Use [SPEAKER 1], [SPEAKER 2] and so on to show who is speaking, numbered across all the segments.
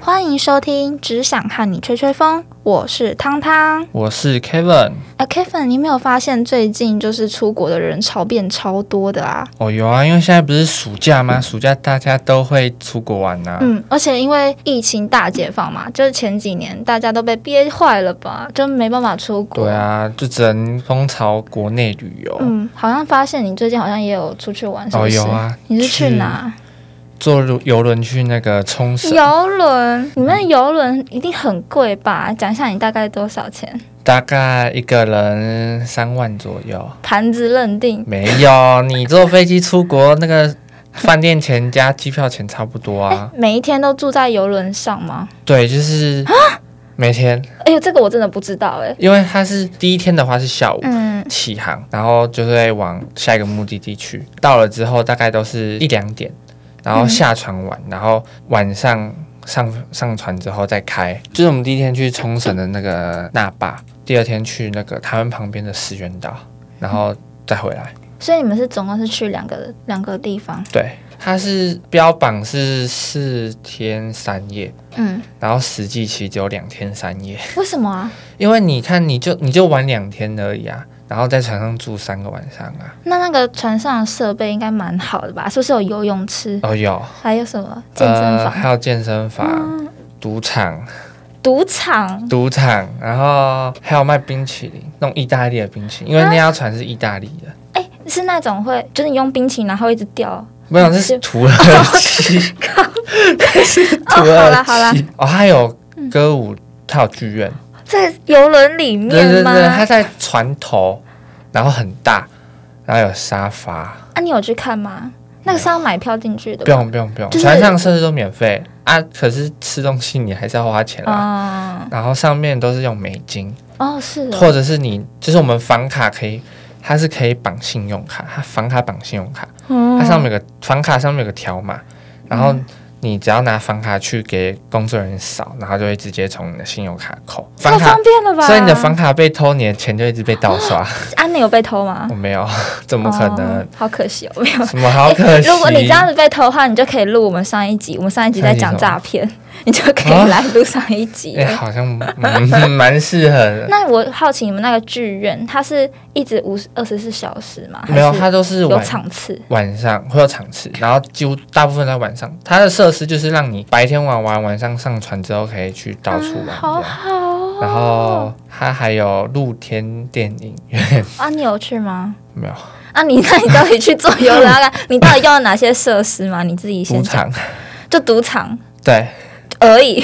[SPEAKER 1] 欢迎收听《只想和你吹吹风》，我是汤汤。
[SPEAKER 2] 我是 Kevin。
[SPEAKER 1] 哎、k e v i n 你没有发现最近就是出国的人潮变超多的啊？
[SPEAKER 2] 哦，有啊，因为现在不是暑假吗？暑假大家都会出国玩啊呐、
[SPEAKER 1] 嗯，而且因为疫情大解放嘛，就是前几年大家都被憋坏了吧，就没办法出国。
[SPEAKER 2] 对。啊，就只能通朝国内旅游。
[SPEAKER 1] 嗯，好像发现你最近好像也有出去玩，是不
[SPEAKER 2] 哦，
[SPEAKER 1] 是？
[SPEAKER 2] 有啊。
[SPEAKER 1] 你是去？哪？
[SPEAKER 2] 坐游轮去那个冲绳，
[SPEAKER 1] 游轮？你们游轮一定很贵吧？讲一下你大概多少钱？
[SPEAKER 2] 大概一个人三万左右。
[SPEAKER 1] 盘子认定。
[SPEAKER 2] 没有，你坐飞机出国那个饭店钱加机票钱差不多
[SPEAKER 1] 哎、
[SPEAKER 2] 啊。
[SPEAKER 1] 每一天都住在游轮上吗？
[SPEAKER 2] 对，就是每天，
[SPEAKER 1] 哎呦，这个我真的不知道哎、
[SPEAKER 2] 因为它是第一天的话是下午。
[SPEAKER 1] 嗯，
[SPEAKER 2] 起航，然后就会往下一个目的地去。到了之后，大概都是一两点，然后下船玩，然后晚上上上船之后再开。就是我们第一天去冲绳的那个那霸，第二天去那个台湾旁边的石垣岛，然后再回来。
[SPEAKER 1] 所以你们是总共是去两个两个地方，
[SPEAKER 2] 对，它是标榜是四天三夜，
[SPEAKER 1] 嗯，
[SPEAKER 2] 然后实际其实只有两天三夜，
[SPEAKER 1] 为什么啊？
[SPEAKER 2] 因为你看你就你就玩两天而已啊，然后在船上住三个晚上啊。
[SPEAKER 1] 那那个船上的设备应该蛮好的吧？是不是有游泳池，
[SPEAKER 2] 哦有。
[SPEAKER 1] 还有什么健身
[SPEAKER 2] 呃、
[SPEAKER 1] 房、嗯
[SPEAKER 2] 还有健身房、赌、场、
[SPEAKER 1] 赌场？
[SPEAKER 2] 赌场，然后还有卖冰淇淋，那种意大利的冰淇淋，因为那条船是意大利的，
[SPEAKER 1] 哎、是那种会，就是你用冰淇淋然后一直掉，
[SPEAKER 2] 没有，是土耳其，
[SPEAKER 1] 哦
[SPEAKER 2] 土
[SPEAKER 1] 好啦好
[SPEAKER 2] 耳
[SPEAKER 1] 啦
[SPEAKER 2] 其，哦，还有歌舞，还有剧院，
[SPEAKER 1] 在游轮里
[SPEAKER 2] 对对
[SPEAKER 1] 嗯面吗？
[SPEAKER 2] 对，它在船头，然后很大，然后有沙发，
[SPEAKER 1] 啊，你有去看吗？那个是要买票进去的
[SPEAKER 2] 不
[SPEAKER 1] 吧？
[SPEAKER 2] 用不用不用，
[SPEAKER 1] 就是
[SPEAKER 2] 船上设施都免费啊，可是吃东西你还是要花钱啊，
[SPEAKER 1] 啊、
[SPEAKER 2] 然后上面都是用美金。
[SPEAKER 1] 哦，是哦，
[SPEAKER 2] 或者是你就是我们房卡可以，它是可以绑信用卡，它房卡绑信用卡，它上
[SPEAKER 1] 嗯，
[SPEAKER 2] 面有个房卡上面有个条码，然后你只要拿房卡去给工作人员扫，然后就会直接从你的信用卡扣
[SPEAKER 1] 太
[SPEAKER 2] 房卡
[SPEAKER 1] 方。便了吧？
[SPEAKER 2] 所以你的房卡被偷，你的钱就一直被盗 刷。
[SPEAKER 1] 安内有被偷吗
[SPEAKER 2] 我？没有，怎么可能
[SPEAKER 1] 哦？好可惜哦，没有。
[SPEAKER 2] 什么好可
[SPEAKER 1] 欸
[SPEAKER 2] 惜？
[SPEAKER 1] 如果你这样子被偷的话，你就可以录我们上一集，我们上一集在讲诈骗， 你就可以来录上一集
[SPEAKER 2] 啊哎、
[SPEAKER 1] 了。
[SPEAKER 2] 好像嗯蛮适合的。
[SPEAKER 1] 那我好奇你们那个剧院，它是一直五二十四小时吗？
[SPEAKER 2] 没有，
[SPEAKER 1] 还
[SPEAKER 2] 它都是
[SPEAKER 1] 是有
[SPEAKER 2] 晚
[SPEAKER 1] 场次。
[SPEAKER 2] 晚上会有场次，然后几乎大部分在晚上。它的设施就是让你白天玩完，晚上上船之后可以去到处
[SPEAKER 1] 啊
[SPEAKER 2] 玩这
[SPEAKER 1] 好
[SPEAKER 2] 样。
[SPEAKER 1] 好哦、
[SPEAKER 2] 然后它还有露天电影院，
[SPEAKER 1] 啊，你有去吗？
[SPEAKER 2] 没有
[SPEAKER 1] 啊你，那你到底去做游览啊？你到底用了哪些设施吗？你自己
[SPEAKER 2] 赌
[SPEAKER 1] 先讲。
[SPEAKER 2] 场，
[SPEAKER 1] 就赌场
[SPEAKER 2] 对，
[SPEAKER 1] 而已。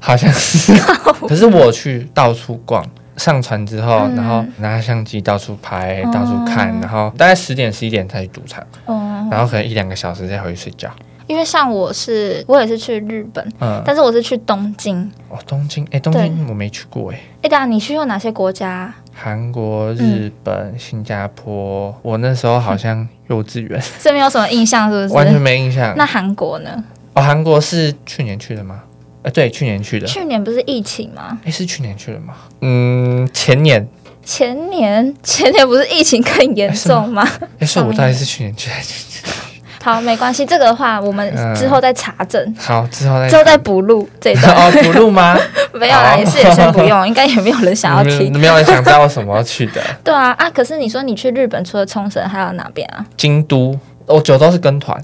[SPEAKER 2] 好像是。 可是我去到处逛，上船之后，
[SPEAKER 1] 嗯
[SPEAKER 2] 然后拿相机到处拍、到处看，然后大概十点十一点才去赌场，
[SPEAKER 1] 哦、
[SPEAKER 2] 然后可能一两个小时再回去睡觉。
[SPEAKER 1] 因为像我是，我也是去日本，
[SPEAKER 2] 嗯，
[SPEAKER 1] 但是我是去东京。
[SPEAKER 2] 哦，东京，哎，东京我没去过，哎。
[SPEAKER 1] 哎、等一下你去过哪些国家 啊、
[SPEAKER 2] 韩国、
[SPEAKER 1] 嗯
[SPEAKER 2] 日本、新加坡，我那时候好像幼稚 园，
[SPEAKER 1] 这边有什么印象？是不
[SPEAKER 2] 完全
[SPEAKER 1] 是？
[SPEAKER 2] 没印象。
[SPEAKER 1] 那韩国呢？
[SPEAKER 2] 哦，韩国是去年去的吗？呃，对，去年去的。
[SPEAKER 1] 去年不是疫情吗？
[SPEAKER 2] 哎，是去年去的吗？嗯，前年。
[SPEAKER 1] 前年 前年不是疫情更严重吗？
[SPEAKER 2] 哎，所以我到底是去年去还是？
[SPEAKER 1] 好，没关系，这个的话我们之后再查证，
[SPEAKER 2] 好，之后再
[SPEAKER 1] 之后再补录这一段。
[SPEAKER 2] 哦，不录吗？
[SPEAKER 1] 没有啦，
[SPEAKER 2] 好
[SPEAKER 1] 也是也先不用，应该也没有人想要
[SPEAKER 2] 你们
[SPEAKER 1] 听。
[SPEAKER 2] 没有人想知道我什么时候去 的。
[SPEAKER 1] 对啊啊！可是你说你去日本除了冲绳还有哪边啊？
[SPEAKER 2] 京都，我九州是跟团，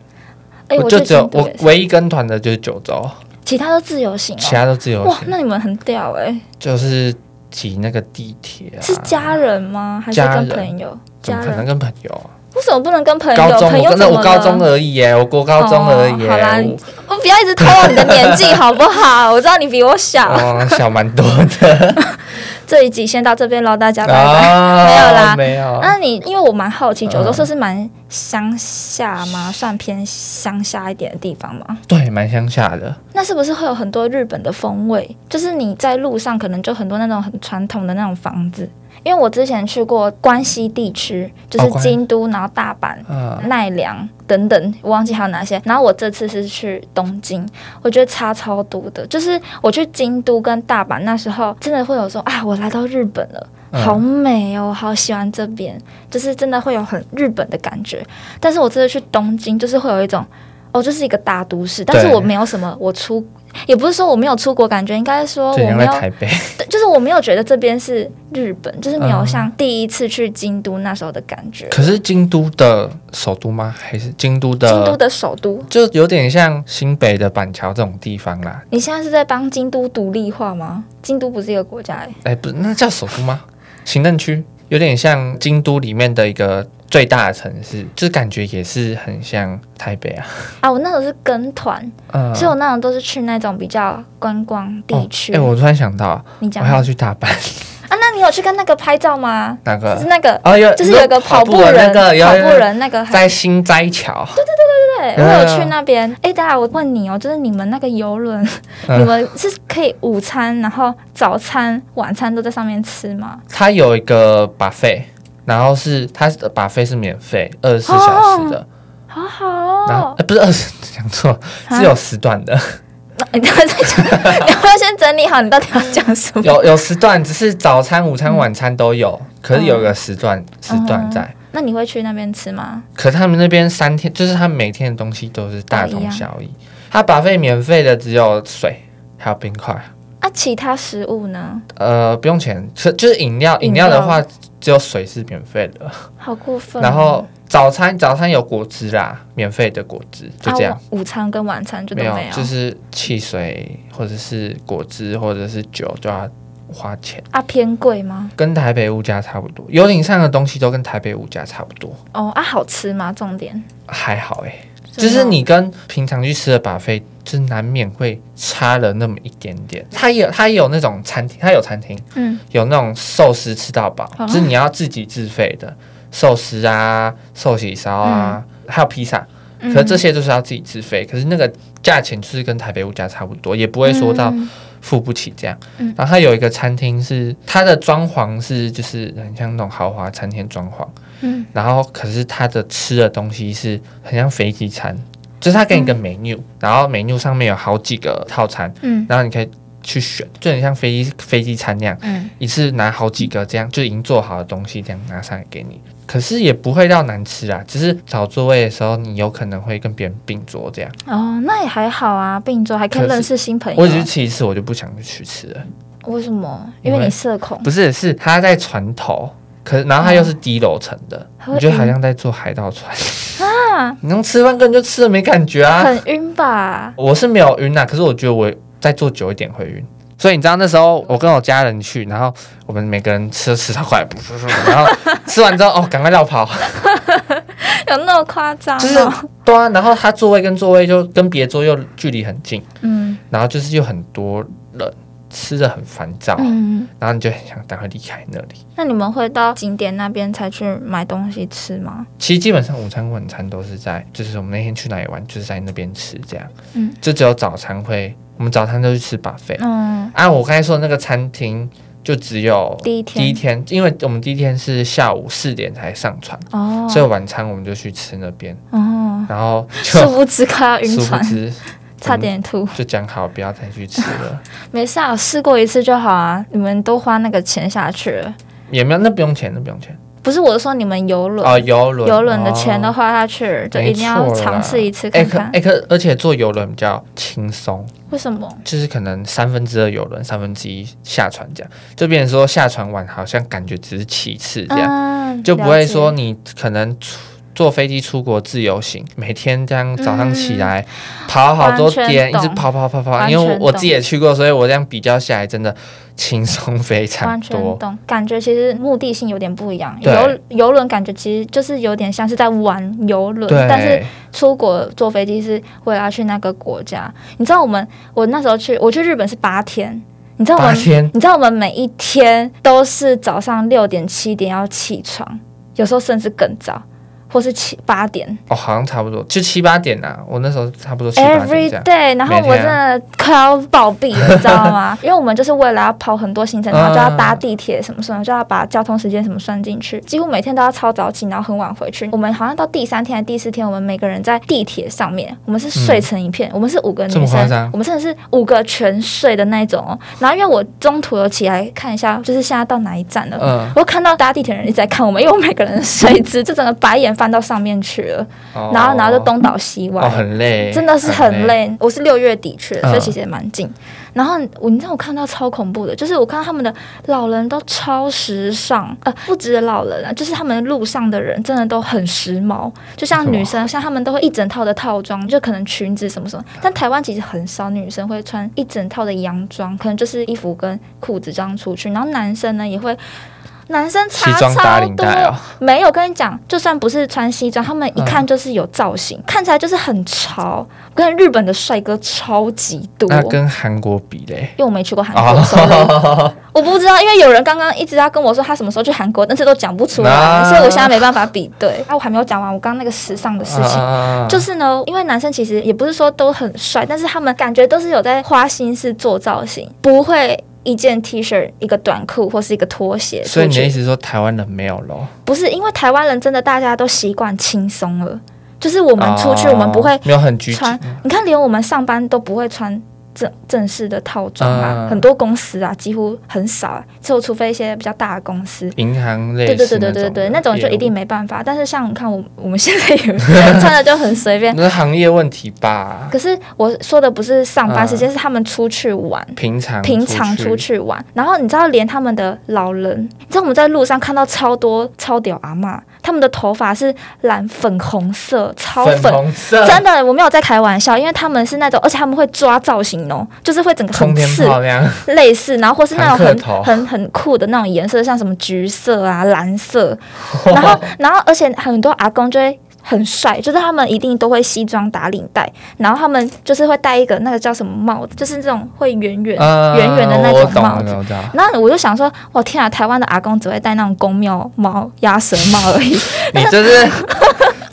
[SPEAKER 1] 哎、
[SPEAKER 2] 我
[SPEAKER 1] 我
[SPEAKER 2] 就
[SPEAKER 1] 去
[SPEAKER 2] 只有
[SPEAKER 1] 京都
[SPEAKER 2] 我
[SPEAKER 1] 也是，
[SPEAKER 2] 唯一跟团的就是九州，
[SPEAKER 1] 其他都自由行
[SPEAKER 2] 其他都啊自由
[SPEAKER 1] 哦。哇，
[SPEAKER 2] 行，
[SPEAKER 1] 那你们很屌哎、
[SPEAKER 2] 就是挤那个地铁啊。
[SPEAKER 1] 是家人吗？还是
[SPEAKER 2] 家
[SPEAKER 1] 跟
[SPEAKER 2] 人
[SPEAKER 1] 朋友？
[SPEAKER 2] 怎么
[SPEAKER 1] 家
[SPEAKER 2] 可能
[SPEAKER 1] 人
[SPEAKER 2] 跟朋友啊？
[SPEAKER 1] 为什么不能跟朋友？
[SPEAKER 2] 高中
[SPEAKER 1] 朋
[SPEAKER 2] 我
[SPEAKER 1] 友
[SPEAKER 2] 跟
[SPEAKER 1] 怎么
[SPEAKER 2] 那我高
[SPEAKER 1] 了
[SPEAKER 2] 中而已耶，我国高中而已耶，
[SPEAKER 1] 哦好啦你 我不要一直透露你的年 纪好不好？我知道你比我
[SPEAKER 2] 我
[SPEAKER 1] 小。
[SPEAKER 2] 哦小蛮多的
[SPEAKER 1] 这一集先到这边喽，大家 拜拜。
[SPEAKER 2] 啊，
[SPEAKER 1] 没有啦啊
[SPEAKER 2] 没有，
[SPEAKER 1] 那你因为我蛮好奇，
[SPEAKER 2] 嗯
[SPEAKER 1] 九州市是蛮乡下吗？算偏乡下一点的地方吗？
[SPEAKER 2] 对，蛮乡下的，
[SPEAKER 1] 那是不是会有很多日本的风味？就是你在路上可能就很多那种很传统的那种房子。因为我之前去过关西地区，就是
[SPEAKER 2] 哦关
[SPEAKER 1] 京都，然后大阪、
[SPEAKER 2] 嗯，
[SPEAKER 1] 奈良等等，我忘记还有哪些。然后我这次是去东京，我觉得差超多的。就是我去京都跟大阪那时候，真的会有说啊，我来到日本了，
[SPEAKER 2] 嗯
[SPEAKER 1] 好美哦，好喜欢这边，就是真的会有很日本的感觉。但是我这次去东京，就是会有一种。哦，就是一个大都市，但是我没有什么我出也不是说我没有出国感觉，应该哦说我
[SPEAKER 2] 就像
[SPEAKER 1] 没
[SPEAKER 2] 在
[SPEAKER 1] 有，
[SPEAKER 2] 台北，
[SPEAKER 1] 对就是我没有觉得这边是日本，就是没有
[SPEAKER 2] 嗯
[SPEAKER 1] 像第一次去京都那时候的感觉。
[SPEAKER 2] 可是京都的首都吗？还是京都的？
[SPEAKER 1] 京都的首都，
[SPEAKER 2] 就有点像新北的板桥这种地方啦。
[SPEAKER 1] 你现在是在帮京都独立化吗？京都不是一个国家、欸，
[SPEAKER 2] 哎，不，那叫首都吗？行政区有点像京都里面的一个最大的城市，就是感觉也是很像台北啊。
[SPEAKER 1] 啊，我那时候是跟团，
[SPEAKER 2] 嗯，
[SPEAKER 1] 所以我那种都是去那种比较观光地区。
[SPEAKER 2] 哎、我突然想到，
[SPEAKER 1] 你
[SPEAKER 2] 我
[SPEAKER 1] 讲
[SPEAKER 2] 还要去大阪
[SPEAKER 1] 啊，那你有去跟那个拍照吗？
[SPEAKER 2] 那
[SPEAKER 1] 就
[SPEAKER 2] 个
[SPEAKER 1] 是那个，
[SPEAKER 2] 哦，有
[SPEAKER 1] 就是有一个跑
[SPEAKER 2] 步
[SPEAKER 1] 步人，
[SPEAKER 2] 那个有
[SPEAKER 1] 跑
[SPEAKER 2] 有
[SPEAKER 1] 步
[SPEAKER 2] 有
[SPEAKER 1] 人那个很
[SPEAKER 2] 在新斋桥，
[SPEAKER 1] 对，
[SPEAKER 2] 有
[SPEAKER 1] 我有
[SPEAKER 2] 有
[SPEAKER 1] 去那边。哎，大家我问你哦，就是你们那个游轮，
[SPEAKER 2] 嗯
[SPEAKER 1] 你们是可以午餐，然后早餐、晚餐都在上面吃吗？
[SPEAKER 2] 它有一个 buffet，然后是它的 buffet 是免费，二十四小时的。
[SPEAKER 1] 好好
[SPEAKER 2] 然后、
[SPEAKER 1] 哦，
[SPEAKER 2] 呃不是二十，讲错了，
[SPEAKER 1] 啊
[SPEAKER 2] 是有时段的，
[SPEAKER 1] 你等一下再讲，你要不要先整理好你到底要讲什么？
[SPEAKER 2] 有有时段，只是早餐、午餐、晚餐都有，可是有个时段时段在。
[SPEAKER 1] 那你会去那边吃吗？
[SPEAKER 2] 可他们那边三天，就是他们每天的东西都是大同小
[SPEAKER 1] 啊
[SPEAKER 2] 异。他把费免费的只有水，还有冰块，
[SPEAKER 1] 啊，其他食物呢？
[SPEAKER 2] 呃，不用钱。是就是饮料，
[SPEAKER 1] 饮
[SPEAKER 2] 饮
[SPEAKER 1] 料
[SPEAKER 2] 料的话只有水是免费的。
[SPEAKER 1] 好过分哦。
[SPEAKER 2] 然后早餐早餐有果汁啦，免费的果汁就这样
[SPEAKER 1] 啊。、午午餐跟晚餐就都
[SPEAKER 2] 没有
[SPEAKER 1] 没，有，
[SPEAKER 2] 就是汽水或者是果汁或者是酒都要花钱。
[SPEAKER 1] 啊偏贵吗？
[SPEAKER 2] 跟台北物价差不多，游艇上的东西都跟台北物价差不多，
[SPEAKER 1] 哦啊好吃吗？重点
[SPEAKER 2] 还好哎、
[SPEAKER 1] 哦
[SPEAKER 2] 就是你跟平常去吃的把费，就是难免会差了那么一点点。它有它有那种餐厅，它有餐厅，
[SPEAKER 1] 嗯
[SPEAKER 2] 有那种寿司吃到饱，
[SPEAKER 1] 哦
[SPEAKER 2] 就是你要自己自费的寿司啊、寿喜烧啊，还有披萨。
[SPEAKER 1] 嗯，
[SPEAKER 2] 可是这些都是要自己自费，可是那个价钱就是跟台北物价差不多，也不
[SPEAKER 1] 不
[SPEAKER 2] 会说到付不起这样。
[SPEAKER 1] 嗯
[SPEAKER 2] 然后它有一个餐厅是它的装潢是就是很像那种豪华餐厅装潢，
[SPEAKER 1] 嗯
[SPEAKER 2] 然后可是它的吃的东西是很像飞机餐，就是它给你一个 menu，、然后 menu 上面有好几个套餐，
[SPEAKER 1] 嗯
[SPEAKER 2] 然后你可以去选，就很像飞机飞机餐那样。
[SPEAKER 1] 嗯
[SPEAKER 2] 一次拿好几个，这样就已经做好的东西，这样拿上来给你。可是也不会到难吃啊，只是找座位的时候，你有可能会跟别人并桌这样。
[SPEAKER 1] 哦那也还好啊，并州还可以
[SPEAKER 2] 可是
[SPEAKER 1] 认识新朋友。
[SPEAKER 2] 我只去吃一次，我就不想去吃了。
[SPEAKER 1] 为什么？因
[SPEAKER 2] 因
[SPEAKER 1] 为
[SPEAKER 2] 为
[SPEAKER 1] 你社恐，
[SPEAKER 2] 不是，是它在船头，可是然后它又是低楼层的，
[SPEAKER 1] 还
[SPEAKER 2] 我
[SPEAKER 1] 会
[SPEAKER 2] 你觉得好
[SPEAKER 1] 晕
[SPEAKER 2] 像在坐海盗船啊？ 你能吃饭根本就吃的没感觉啊！
[SPEAKER 1] 很晕吧？
[SPEAKER 2] 我是没有晕啊，可是我觉得我再坐久一点会晕。所以你知道那时候我跟我家人去，然后我们每个人吃吃超快，噗噗噗噗然后吃完之后哦，赶快绕跑，
[SPEAKER 1] 有那么夸张、哦？
[SPEAKER 2] 就是对啊。然后他座位跟座位就跟别桌又距离很近，
[SPEAKER 1] 嗯
[SPEAKER 2] 然后就是又很多人，吃的很烦躁，
[SPEAKER 1] 嗯，
[SPEAKER 2] 然后你就很想赶快离开那里。
[SPEAKER 1] 那你们会到景点那边才去买东西吃吗？
[SPEAKER 2] 其实基本上午餐、晚餐都是在，就是我们那天去哪里玩，就是在那边吃这样。
[SPEAKER 1] 嗯，
[SPEAKER 2] 就只有早餐会，我们早餐都去吃 buffet。
[SPEAKER 1] 嗯，
[SPEAKER 2] 啊，我刚才说的那个餐厅就只有
[SPEAKER 1] 第一天
[SPEAKER 2] 第一天，因为我们第一天是下午四点才上船，
[SPEAKER 1] 哦
[SPEAKER 2] 所以晚餐我们就去吃那边，
[SPEAKER 1] 哦，
[SPEAKER 2] 然后就
[SPEAKER 1] 殊不知快要晕
[SPEAKER 2] 殊不
[SPEAKER 1] 船，
[SPEAKER 2] 知
[SPEAKER 1] 差点吐。
[SPEAKER 2] 就讲好不要再去吃了，
[SPEAKER 1] 没事啊，试过一次就好啊。你们都花那个钱下去了，
[SPEAKER 2] 也没有那不用钱，那不用钱
[SPEAKER 1] 不是我是说你们游轮，
[SPEAKER 2] 哦，游轮
[SPEAKER 1] 游轮的钱都
[SPEAKER 2] 哦
[SPEAKER 1] 花下去了，就一定
[SPEAKER 2] 没
[SPEAKER 1] 要
[SPEAKER 2] 错啦
[SPEAKER 1] 尝试一次
[SPEAKER 2] 哎
[SPEAKER 1] 看
[SPEAKER 2] 可
[SPEAKER 1] 看。
[SPEAKER 2] 哎可，而且坐游轮比较轻松，
[SPEAKER 1] 为什么？
[SPEAKER 2] 就是可能三分之二游轮，三分之一下船这样，就变成说下船玩好像感觉只是其次这样，
[SPEAKER 1] 嗯，
[SPEAKER 2] 就不会说
[SPEAKER 1] 了解
[SPEAKER 2] 你可能出坐飞机出国自由行，每天这样早上起来、跑好多
[SPEAKER 1] 嗯完
[SPEAKER 2] 点，
[SPEAKER 1] 全
[SPEAKER 2] 一直
[SPEAKER 1] 懂
[SPEAKER 2] 跑跑跑跑。
[SPEAKER 1] 完
[SPEAKER 2] 因为
[SPEAKER 1] 全
[SPEAKER 2] 我我自己
[SPEAKER 1] 懂
[SPEAKER 2] 也去过，所以我这样比较下来，真的轻松非常
[SPEAKER 1] 完全
[SPEAKER 2] 多。
[SPEAKER 1] 懂，感觉其实目的性有点不一样。
[SPEAKER 2] 对
[SPEAKER 1] 游游轮感觉其实就是有点像是在玩游轮，
[SPEAKER 2] 对，
[SPEAKER 1] 但是出国坐飞机是为了要去那个国家。你知道我们我那时候去我去日本是八天，你知道我
[SPEAKER 2] 八
[SPEAKER 1] 们
[SPEAKER 2] 天
[SPEAKER 1] 你知道我们每一天都是早上六点七点要起床，有时候甚至更早，或是七八点
[SPEAKER 2] 哦，好像差不多就七八点啦、我那时候差不多七八
[SPEAKER 1] ，every
[SPEAKER 2] 点这样。啊
[SPEAKER 1] day。然后我真的快要暴毙 了，你知道吗？因为我们就是为了要跑很多
[SPEAKER 2] 啊
[SPEAKER 1] 行程，然后就要搭地铁什么什么，就要把交通时间什么算进去，几乎每天都要超早起，然后很晚回去。我们好像到第三天还是第四天，我们每个人在地铁上面，我们是睡成一片，我们是五个
[SPEAKER 2] 嗯这
[SPEAKER 1] 女
[SPEAKER 2] 么夸
[SPEAKER 1] 生
[SPEAKER 2] 张，
[SPEAKER 1] 我们真的是五个全睡的那一种哦。然后因为我中途有起来看一下，就是现在到哪一站了。
[SPEAKER 2] 嗯，
[SPEAKER 1] 我看到搭地铁的人一直在看我们，因为我们每个人的睡姿，就整个白眼翻到上面去了，
[SPEAKER 2] 哦
[SPEAKER 1] 然后然后就东倒西歪。
[SPEAKER 2] 哦，很累，
[SPEAKER 1] 真的是很
[SPEAKER 2] 累。
[SPEAKER 1] 累，我是六月底去的，
[SPEAKER 2] 嗯
[SPEAKER 1] 所以其实也蛮近。然后我你知道我看到超恐怖的，就是我看到他们的老人都超时尚，呃，不止老人啊，就是他们路上的人真的都很时髦，就像女生，像他们都会一整套的套装，就可能裙子什么什么。但台湾其实很少女生会穿一整套的洋装，可能就是衣服跟裤子这样出去。然后男生呢也会。男生
[SPEAKER 2] 西
[SPEAKER 1] 差
[SPEAKER 2] 装打
[SPEAKER 1] 超
[SPEAKER 2] 领
[SPEAKER 1] 多，
[SPEAKER 2] 带哦，
[SPEAKER 1] 没有，跟你讲，就算不是穿西装，他们一看就是有造型，
[SPEAKER 2] 嗯
[SPEAKER 1] 看起来就是很潮。跟日本的帅哥超级多，
[SPEAKER 2] 那
[SPEAKER 1] 因
[SPEAKER 2] 跟韩国比嘞？
[SPEAKER 1] 为我没去过韩国，所以
[SPEAKER 2] 哦，
[SPEAKER 1] 我不知道。因为有人刚刚一直要跟我说他什么时候去韩国，但是都讲不出来，
[SPEAKER 2] 啊
[SPEAKER 1] 所以我现在没办法比对。啊，我还没有讲完我刚刚那个时尚的事情。
[SPEAKER 2] 啊
[SPEAKER 1] 就是呢，因为男生其实也不是说都很帅，但是他们感觉都是有在花心思做造型，不会一件 T 恤、一个短裤或是一个拖鞋出
[SPEAKER 2] 所以你的
[SPEAKER 1] 去
[SPEAKER 2] 意思是说台湾人没有咯？
[SPEAKER 1] 不是因为台湾人真的大家都习惯轻松了，就是我们出去
[SPEAKER 2] 哦
[SPEAKER 1] 我们不会
[SPEAKER 2] 没有很拘谨
[SPEAKER 1] 穿，你看连我们上班都不会穿正正式的套装啊，
[SPEAKER 2] 嗯
[SPEAKER 1] 很多公司啊几乎很少、啊，只有除非一些比较大的公司。
[SPEAKER 2] 银行类
[SPEAKER 1] 对对对
[SPEAKER 2] 似
[SPEAKER 1] 对对对，那种就
[SPEAKER 2] 业务
[SPEAKER 1] 一定。没办法。但是像你看我我们现在也 穿的就很随便。
[SPEAKER 2] 那是行业问题吧，
[SPEAKER 1] 可是我说的不是上班时间，
[SPEAKER 2] 嗯
[SPEAKER 1] 是他们出去玩。
[SPEAKER 2] 平常
[SPEAKER 1] 平常出去玩，然后你知道，连他们的老人，你知道我们在路上看到超多超屌阿嬷，他们的头发是染粉红色，超粉，
[SPEAKER 2] 红色
[SPEAKER 1] 真的，我没有在开玩笑，因为他们是那种，而且他们会抓造型哦，就是会整个
[SPEAKER 2] 冲
[SPEAKER 1] 很
[SPEAKER 2] 天
[SPEAKER 1] 刺
[SPEAKER 2] 炮那样，
[SPEAKER 1] 类似，然后或是那种
[SPEAKER 2] 坦克
[SPEAKER 1] 很
[SPEAKER 2] 头
[SPEAKER 1] 很很酷的那种颜色，像什么橘色啊、蓝色，然后然后而且很多阿公就会。很帅，就是他们一定都会西装打领带，然后他们就是会戴一个那个叫什么帽子，就是这种会圆圆
[SPEAKER 2] 啊
[SPEAKER 1] 圆圆的那
[SPEAKER 2] 我
[SPEAKER 1] 种
[SPEAKER 2] 懂
[SPEAKER 1] 帽子
[SPEAKER 2] 了，我知道。
[SPEAKER 1] 然后我就想说，我天啊，台湾的阿公只会戴那种公庙帽、鸭舌帽而已。
[SPEAKER 2] 你这是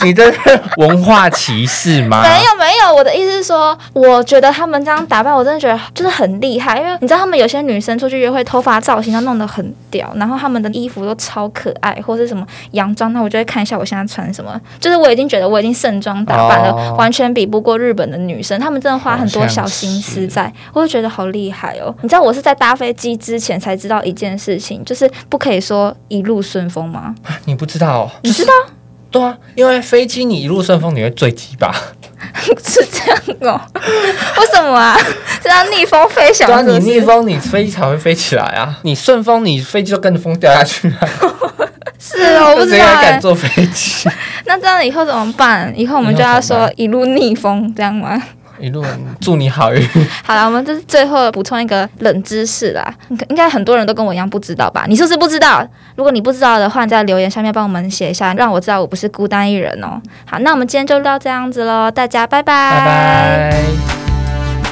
[SPEAKER 2] 你这是文化歧视吗？
[SPEAKER 1] 没有没有，我的意思是说，我觉得他们这样打扮，我真的觉得就是很厉害，因为你知道他们有些女生出去约会，头发造型都弄得很屌，然后他们的衣服都超可爱，或是什么洋装，那我就会看一下我现在穿什么。就是我已经觉得我已经盛装打扮了，
[SPEAKER 2] 哦
[SPEAKER 1] 完全比不过日本的女生，她们真的花很多小心思在，我就觉得好厉害哦。你知道我是在搭飞机之前才知道一件事情，就是不可以说一路顺风吗？
[SPEAKER 2] 你不知道哦，
[SPEAKER 1] 你知道
[SPEAKER 2] 对啊，因为飞机你一路顺风你会坠机吧？
[SPEAKER 1] 是这样哦？ 为什么啊？ 是要逆风飞翔
[SPEAKER 2] 对啊，
[SPEAKER 1] 是不
[SPEAKER 2] 你
[SPEAKER 1] 是？
[SPEAKER 2] 逆风你飞机才会飞起来啊，你顺风你飞机就跟着风掉下去啊，
[SPEAKER 1] 是哦，我不知
[SPEAKER 2] 谁
[SPEAKER 1] 道
[SPEAKER 2] 还
[SPEAKER 1] 哎、
[SPEAKER 2] 敢坐飞机？
[SPEAKER 1] 那这样以后怎么办？以后我们就要
[SPEAKER 2] 以后怎么
[SPEAKER 1] 说一路逆风，这样吗？
[SPEAKER 2] 一路祝你好运，
[SPEAKER 1] 好了，我们就是最后补充一个冷知识啦，应该应该很多人都跟我一样不知道吧？你是不是不知道？如果你不知道的话，你在留言下面帮我们写一下，让我知道我不是孤单一人哦。好，那我们今天就录到这样子喽，大家拜拜，
[SPEAKER 2] 拜拜。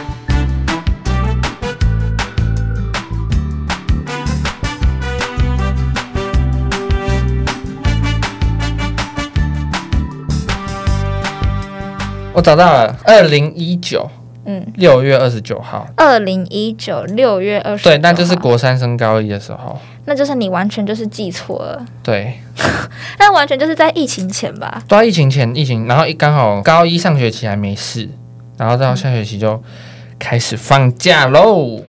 [SPEAKER 2] 我找到了，二零一九
[SPEAKER 1] 嗯，
[SPEAKER 2] 六月二十九号，
[SPEAKER 1] 二零一九六月二十，
[SPEAKER 2] 对，那就是，国三升高一的时候，
[SPEAKER 1] 那就是你完全就是记错了，
[SPEAKER 2] 对，
[SPEAKER 1] 那完全就是在疫情前吧？
[SPEAKER 2] 到疫情前，疫情，然后一刚好高一上学期还没事，然后到下学期就开始放假喽。